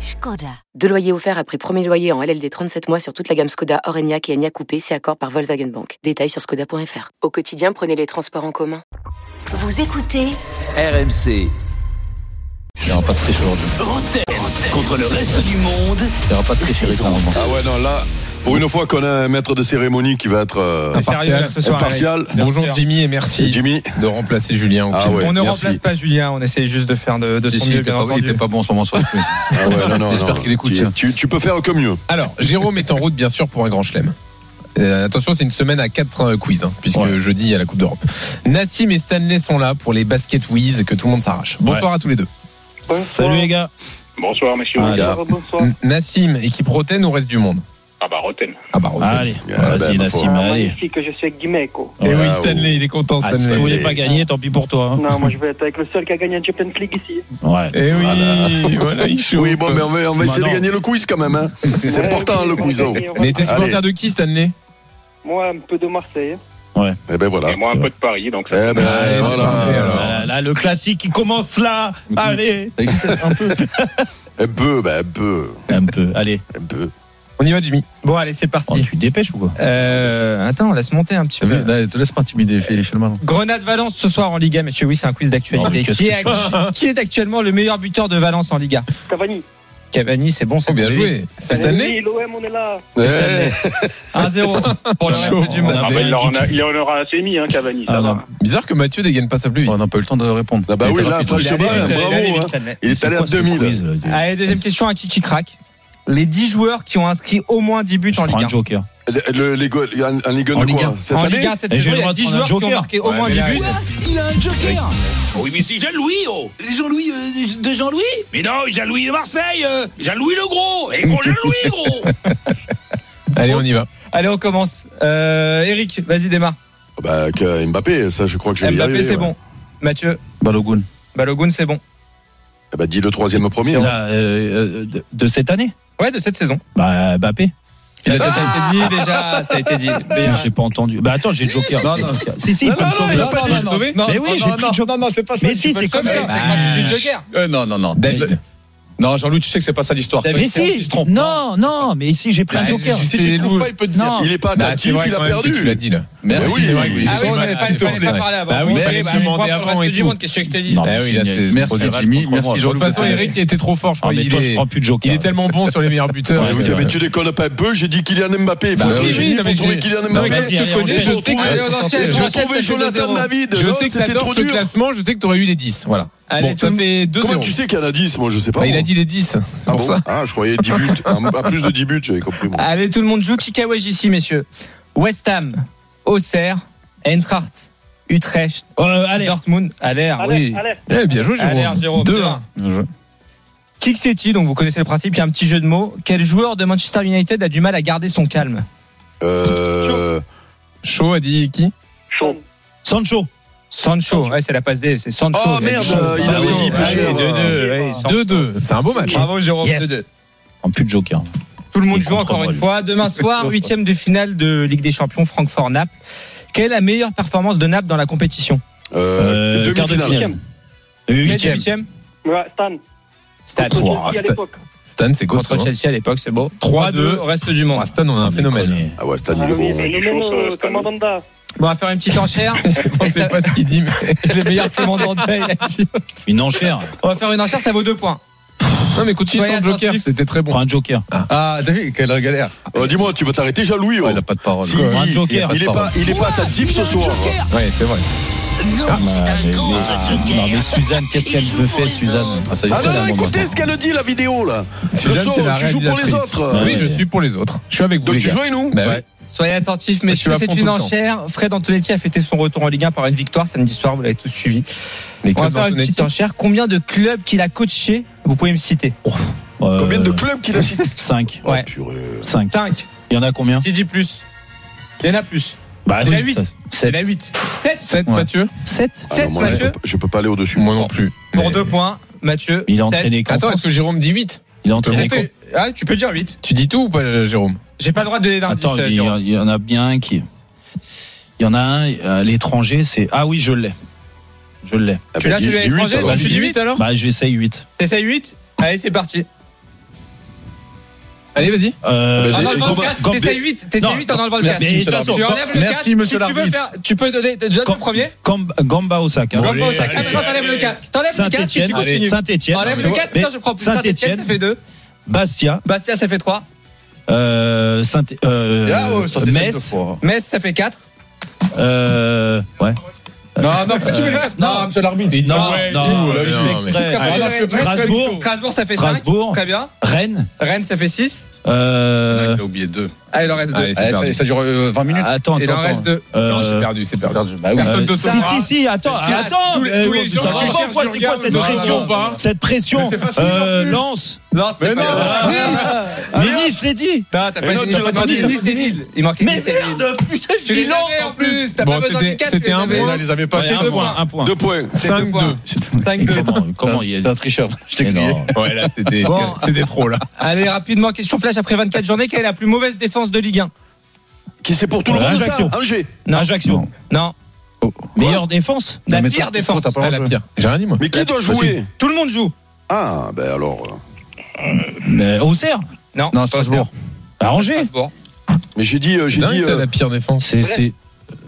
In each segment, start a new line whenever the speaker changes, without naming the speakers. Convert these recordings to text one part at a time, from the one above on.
Skoda. Deux loyers offerts après premier loyer en LLD 37 mois sur toute la gamme Skoda, Orenia et Enya Coupé, c'est accord par Volkswagen Bank. Détails sur skoda.fr. Au quotidien, prenez les transports en commun.
Vous écoutez
RMC.
Il n'y aura pas de triche aujourd'hui.
Roten contre le reste du monde.
Il n'y aura pas de triche avec un moment.
Ah ouais, non, là, pour une fois qu'on a un maître de cérémonie qui va être euh,
T'es sérieux là, ce soir
impartial.
Eric.
Bonjour Jimmy et merci
Jimmy,
de remplacer Julien. au
Ah
pied.
ouais,
on ne
merci.
remplace pas Julien, on essaye juste de faire de, de
Si,
son
si, il
mieux,
était
bien
pas, il était
entendu.
pas bon en ce moment sur le quiz.
Ah ouais, non, non,
J'espère
non.
qu'il écoute,
Tu,
hein.
tu- tu peux faire que mieux.
Alors, Jérôme est en route, bien sûr, pour un grand chelem. Euh, attention, c'est une semaine à 4 quiz, hein, puisque
Ouais.
jeudi, il y a la Coupe d'Europe. Nassim et Stanley sont là pour les baskets whiz que tout le monde s'arrache. Bonsoir à tous les deux.
Salut les gars.
Bonsoir, monsieur.
Ah,
là.
bonsoir, bonsoir.
N- Nassim, équipe Roten ou reste du monde
Ah bah, Roten.
Ah bah, ok.
Allez,
Ah, ben,
vas-y
ma
Nassim,
foi.
Ah,
allez.
magnifique, je suis avec Guimeco.
Et oui,
Ah,
Stanley, il est content,
Ah, si tu
Stanley.
voulais pas gagner, tant pis pour toi.
Non, moi, je vais être avec le seul qui a gagné un Champions League ici.
hein. Ouais.
Eh oui, voilà, il chauffe.
Oui, bon, mais on va, on va essayer
Bah,
de
non.
gagner le quiz quand même. Hein. C'est
Ouais,
important
ouais,
le
ouais,
quiz.
ouais, ouais,
Mais
ouais.
t'es
Allez.
supporter de qui, Stanley
Moi, un peu de Marseille. hein.
Et ben voilà.
Et moi, un peu de Paris, donc ça-
Eh ben
Ouais,
parfait,
Euh,
voilà.
alors.
Là, là, le classique qui commence là. Allez.
Un peu, ben un peu,
Un peu, allez.
un peu.
On y va, Jimmy.
Bon, allez, c'est
Oh,
parti. tu te dépêches ou quoi euh, Attends, laisse monter un petit
T'as vu
peu.
Là, Te laisse pas intimider, fais fais le malin.
Grenade Valence ce soir en Liga, monsieur. Oui, c'est un quiz
Non, mais
d'actualité.
qu'est-ce
Qui, est actu- qui est actuellement le meilleur buteur de Valence en Liga
Cavani.
Cavani, c'est bon, c'est
Oh, bien
bon.
joué. C'est Stanley
Oui, l'OM, on est là.
Eh,
1-0 pour le
Chaud.
reste du monde.
Ah, bah, il, en aura, il en aura assez mis, hein, Cavani. Ça
Ah,
va.
non.
Bizarre que Mathieu dégaine pas sa pluie.
On n'a pas eu le temps de répondre.
Ah bah oui, là,
Il
franchement,
allait vite, il allait
bravo.
vite,
hein.
Stanley.
Il est allé à 2000.
Ah,
Allez, deuxième question à qui qui craque Les 10 joueurs qui ont inscrit au moins 10 buts en Ligue 1.
joker.
Le- le- les go- un, un Ligue 1 de
Ligue
quoi
un.
Cette
en
année
Ligue 1 cette
Et j'ai
saison,
le
il y a
droit de
10
prendre un
joueurs qui ont
joker.
marqué au moins 10 buts.
Il a un joker Oui, mais c'est Jean-Louis, oh Jean-Louis euh, de Jean-Louis Mais non, Jean-Louis de Marseille euh, Jean-Louis le gros Et gros Jean-Louis, gros
Allez, on y va.
Allez, on commence. Euh, Eric, vas-y, démarre.
Bah, que Mbappé, ça je crois que je vais y
Mbappé,
arriver,
c'est
ouais.
bon. Mathieu,
Balogun.
Balogun, c'est bon.
Eh ben, dis le troisième premier. hein.
Là, euh, euh, de, de cette année
Ouais, de cette saison. Ah,
Bah, Mbappé.
Ça a été dit déjà, ça a été dit.
Non, j'ai pas entendu. Bah, attends, j'ai le joker.
Ah, Non, non,
Si, si, il peut me sauver.
non, non, non, non,
Mais oui,
non,
j'ai
non,
pris le
non, non, c'est pas ça.
Mais
tu
si,
peux
c'est
le
comme
sauver.
ça.
Bah,
Match du Joker.
euh, non, non, non. David- Non, Jean-Louis, tu sais que c'est pas ça l'histoire.
Mais
Il se trompe, il
si
se trompe.
Non, non, mais si, j'ai pris
Bah,
le joker.
si tu le trouves pas, il peut te dire.
Non.
Il est pas
Bah, c'est
attentif,
vrai
il a
quand même que
perdu.
Tu l'as dit là.
Merci.
Merci.
c'est vrai que oui.
Ah oui, on n'avait pas, il fallait pas parler avant.
Bah oui,
On
il fallait
fallait
se demander
prendre le
avant
reste
et
du
tout.
monde, Qu'est-ce que je te dis
Non,
Eh
mais
oui,
c'est
là,
nul.
c'est-
Merci,
c'est
Jimmy.
contre moi.
Merci,
De toute
Jean-Louis.
façon, Eric, il était trop fort, je
Ah,
crois.
mais
Il
toi,
est-
je prends plus de
il
joker.
est tellement bon sur les meilleurs buteurs.
Ah,
Ouais,
oui,
c'est
mais
vrai.
tu déconnes pas un peu, j'ai dit Kylian Mbappé. Il faut
Bah,
trouver
oui,
Jimmy
oui,
pour
non, mais
trouver
j'ai-
Kylian
Non,
Mbappé.
mais vas-y, allez, on
Je
y va.
trouve-
Allez, on enchaîne,
Je
on
enchaîne,
trouvais
c'est
Jonathan
2-0.
David.
Je
Non,
sais que
c'était
t'adores
trop
ce
dur.
classement, je sais que t'aurais eu les 10. Voilà.
Allez,
Bon,
tout
ça
le-
fait 2
Comment tu sais qu'il y en a 10 Moi, je sais pas.
Bah, il
moi.
a dit les 10. C'est
Ah
pour
bon
ça.
Ah, je croyais 10 buts. À à plus de 10 buts, j'avais compris. moi.
Allez, tout le monde joue. Qui cawège ici, messieurs West Ham, Auxerre, Eintracht, Utrecht, Dortmund, Aller,
Allez,
oui.
allez.
Eh, bien joué,
Aller,
Jérôme.
Jérôme.
2-1.
hein,
Qui que c'est-il Donc vous connaissez le principe, il y a un petit jeu de mots. Quel joueur de Manchester United a du mal à garder son calme
Euh.
Chaud a dit qui
Chaud.
Sancho.
Sancho, ouais, c'est la passe D, c'est Sancho.
Oh,
Il a
merde,
dit Sancho.
euh, il avait dit
Allez,
Pêcheur.
2-2, ouais, il sort.
2-2. C'est un beau match.
Bravo Jérôme,
Yes.
2-2.
En plus de joker.
Tout le monde
Et
joue encore
contre
une
Brême.
fois. Demain soir, huitième de finale de Ligue des Champions, Francfort-Naples. Quelle est la meilleure performance de Naples dans la compétition
Euh.
Euh, quart de
Demi-finale.
finale. Euh, Huitième.
Huitième.
Ouais, Stan.
Stade.
Contre
Ouah,
Chelsea à
Stan.
l'époque.
Stan, c'est
Contre
costaud. hein.
Chelsea à l'époque, c'est beau. 3-2,
3-2,
reste du monde.
Ah, Stan, on a un phénomène.
Ah ouais, Stanley
Ah,
le
oui,
bon.
mais
ouais.
le
Chaud,
même,
ça,
euh,
Stanley.
Commandanda.
Bon, on va faire une petite enchère.
On
Et
sait
ça-
pas ce qu'il dit, mais
le meilleur commandant de il a dit.
Une enchère.
On va faire une enchère, ça vaut deux points.
Non, mais continue
Soyez
sur le Joker,
attentifs.
c'était très bon.
Prends un joker.
Ah, t'as vu, quelle galère.
Oh, Dis-moi, tu vas t'arrêter, Jean-Louis oh.
il a pas de parole.
Si,
Un
il-
joker.
Il est pas, il est pas attentif ce soir.
Ouais, c'est vrai.
Non,
Ah, mais- mais- non, mais Suzanne, qu'est-ce qu'elle me fait, Suzanne
Ah, ça y est,
Ah
c'est
non,
la bande,
écoutez
maintenant.
ce qu'elle dit la vidéo là. Le
Suzanne,
son,
c'est la
tu joues pour les
réalisatrice.
autres.
Oui,
Ouais.
je suis pour les autres. Je suis avec vous.
Donc
les
tu
gars.
joues et nous
Bah ouais.
Soyez attentifs, messieurs.
vas
C'est
prendre
une
tout le temps.
enchère. Fred Antonetti a fêté son retour en Ligue 1 par une victoire samedi soir. Vous l'avez tous suivi.
Les
On va
clubs
faire une
d'Antonetti.
petite enchère. Combien de clubs qu'il a coaché Vous pouvez me citer
Combien
Euh,
de clubs qu'il a cité
5.
Ouais.
5.
5.
Il y en a combien
Qui dit plus Il y en a plus.
Bah,
La
oui,
huit.
ça, sept.
La 8. 7
7,
Ouais.
Mathieu
7
7
moi, je peux,
Mathieu
pas- je peux pas aller au-dessus.
Moi non plus.
pour
Mais-
2 points. Mathieu.
Il a
sept.
entraîné qu'en
Attends, est-ce
France.
que Jérôme dit 8
Il a
Tu peux
entraîné qu'en
compter
Ah, tu peux dire 8.
Tu dis tout ou pas, Jérôme
J'ai pas le droit de donner d'indice.
Attends,
euh,
il y,
Jérôme.
il y en a bien un qui. Il y en a un à l'étranger, c'est. Ah oui, je l'ai. Je l'ai.
Ah,
tu
bah,
l'as, tu
dis-
l'as
dis huit,
étranger,
alors.
donc tu dis 8 alors
Bah, j'essaye 8.
T'essayes 8 Allez, c'est parti.
Allez, vas-y.
Euh,
Ah,
En
bah,
enlevant le
Gambard-
casque, t'essayes 8, t'essayes
Non,
8 en enlevant le
merci,
casque.
monsieur l'arbitre.
Tu enlèves le
Merci,
casque.
monsieur
si tu veux
l'arbitre.
faire, tu peux donner, donne le
Gam-
premier.
Gam- Gamba Osaka.
Bon,
Gamba
allez,
Osaka.
allez.
Maintenant, t'enlèves le casque. T'enlèves le casque et tu
Saint-Etienne.
continues.
Saint-Etienne.
Enlève
mais-
le casque,
mais-
sinon je prends plus. Saint-Etienne,
Saint-Étienne.
ça fait 2.
Bastia.
Bastia, ça fait 3.
Euh, Saint euh,
Ah,
Metz.
Metz, ça fait 4.
Euh, ouais.
Non, non,
Euh,
tu me casses. Non, monsieur l'arbitre. il dit-
Non,
Ouais,
non,
dis-
non,
ouais,
je
non,
fais
mais-
exprès.
Ah, là, je peux pas.
Strasbourg.
Strasbourg, ça fait 5.
Strasbourg.
Très bien.
Rennes.
Rennes, ça fait 6.
Euh,
Il a oublié 2.
Allez, il en reste 2.
Allez, c'est perdu.
dure euh, 20 minutes.
attends,
Il en
attends.
reste 2.
attends.
Non, c'est
Euh,
perdu, c'est perdu.
Perdu. Bah oui.
Personne
euh,
te
si,
sauvera.
si, si, attends,
Tu-
attends.
tous les-
euh,
tous les
ça
jours,
va
tu
pas,
cherches,
quoi,
tu
C'est quoi
regardes,
cette
non,
pression
non, non.
Cette pression.
Mais c'est facile,
Euh,
en plus.
Lens.
Non, c'est
Mais
pas
non,
grave.
Mais Nice, je l'ai dit.
Ah,
Euh,
Non, t'as pas
non,
dit
tu l'aurais pas dit,
Nice,
ça.
Nice et Lille. Il manquait
Mais
Nice et Lille.
merde, putain, je
Tu
dis
les
Lens.
avais en plus. T'as
Bon,
pas besoin
c'était-
du 4.
c'était un
mais
point. ils avaient pas
Ouais,
fait
un
deux
point,
points.
un point.
Deux points.
Cinq, deux.
5-2.
Cinq, deux.
Comment, comment il
T'es un tricheur. Je t'ai
Mais
grillé.
non.
Ouais, là, c'était
Bon.
c'était trop, là.
Allez, rapidement, question flash après 24 journées. Quelle est la plus mauvaise défense de Ligue 1
Qui c'est pour tout le
Ouais,
monde ça
Ajaccio.
Angers.
Non.
Ajaccio.
Non,
Meilleure défense.
la
mais
pire
t'as-
défense.
t'as pas-
Ah, la pire. J'ai rien dit, moi.
Mais qui doit jouer
Tout le monde joue.
Ah, ben alors. euh,
Mais Auxerre.
Non,
Non, Strasbourg.
Euh, À Angers.
Strasbourg.
Mais j'ai dit, euh, j'ai
Dingue,
dit.
ça,
euh,
la pire défense.
C'est, c'est,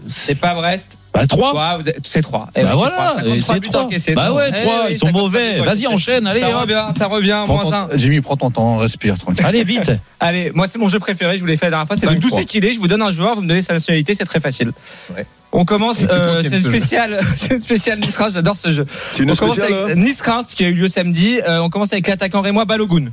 C'est pas Brest.
bah, 3.
Trois, vous êtes- Eh C'est 3.
bah voilà, et c'est 3. Bah
Eh
ouais, 3, ils sont mauvais. Vas-y, enchaîne, allez,
Ça
hop.
revient, ça revient,
Prends
moins
ton-
1.
Jimmy, prends ton temps, respire tranquille.
Allez, vite.
Allez, moi c'est mon jeu préféré, je vous l'ai fait la dernière fois, c'est
Cinq,
de tous
trois.
c'est qu'il est, je vous donne un joueur, vous me donnez sa nationalité, c'est très facile.
Ouais.
On commence,
Et que toi,
euh,
t'aimes
c'est une
ce jeu.
spéciale, c'est une spéciale Nice-Reims, j'adore ce jeu.
C'est une
on commence
spéciale.
avec
hein
Nice-Reims qui a eu lieu samedi, Euh, on commence avec l'attaquant rémois Balogun,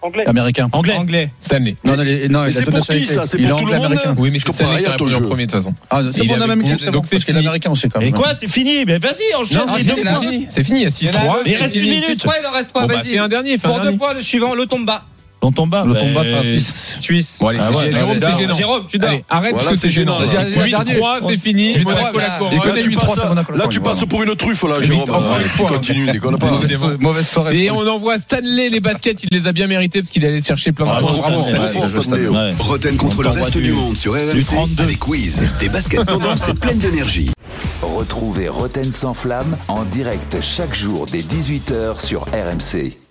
Anglais.
Américain.
Anglais.
anglais.
Stanley.
Non, non, il- non,
Mais
il a
c'est
deux
pour qui
nationalités.
ça C'est
Il est
pour tout le
anglais,
monde hein.
américain.
Oui, mais c'est
Je comprends
Stanley qui
rien
a
à ton
répondu en
jeu.
premier, de toute façon.
Ah, c'est
Il
bon,
est
on a
avec
même
vous,
équipe, c'est
donc
bon.
c'est
Parce qu'il est
fini.
américain aussi, quand
Et
même.
quoi, c'est fini Mais vas-y,
Non,
enchaîne. Ah,
c'est
les
fini,
deux
c'est
points.
fini. C'est fini, il y a
Il y en a
6-3.
deux,
mais il reste
c'est
une
fini.
minute.
Juste trois, il en reste
Bon,
trois,
bah,
vas-y.
fais un dernier, fais
Pour
un
deux
dernier.
points, le suivant, le tomba.
L'Otomba.
Lotomba,
bah,
c'est un Suisse.
Suisse.
Bon, allez,
Ah ouais,
Jérôme,
allez,
c'est gênant.
Jérôme, tu dors.
Allez, arrête
Voilà,
parce que
c'est
c'est gênant.
gênant.
Vas-y, vas-y,
8-3, c'est fini.
C'est
Monaco
trois,
la
là.
couronne.
Et quand
Ouais,
tu
mais
passes,
trois, c'est Monaco,
là,
quand
tu
même,
passes
voilà.
pour une truffe, là,
mais
Jérôme.
encore
Ah,
une
tu
fois.
continues, déconne pas. Ah,
Mauvaise so- Mauvaise soirée.
Et on envoie Stanley les baskets, il les a bien mérités parce qu'il allait chercher plein de
Ah,
points.
trop
Bravo,
fort,
Stanley.
trop
fort, Stanley.
Ouais.
Roten contre le
On t'envoie
reste
du-
du monde sur
du
RMC
32.
avec Quiz. Des baskets tendances et pleines d'énergie.
Retrouvez Roten sans flamme en direct chaque jour dès 18h sur RMC.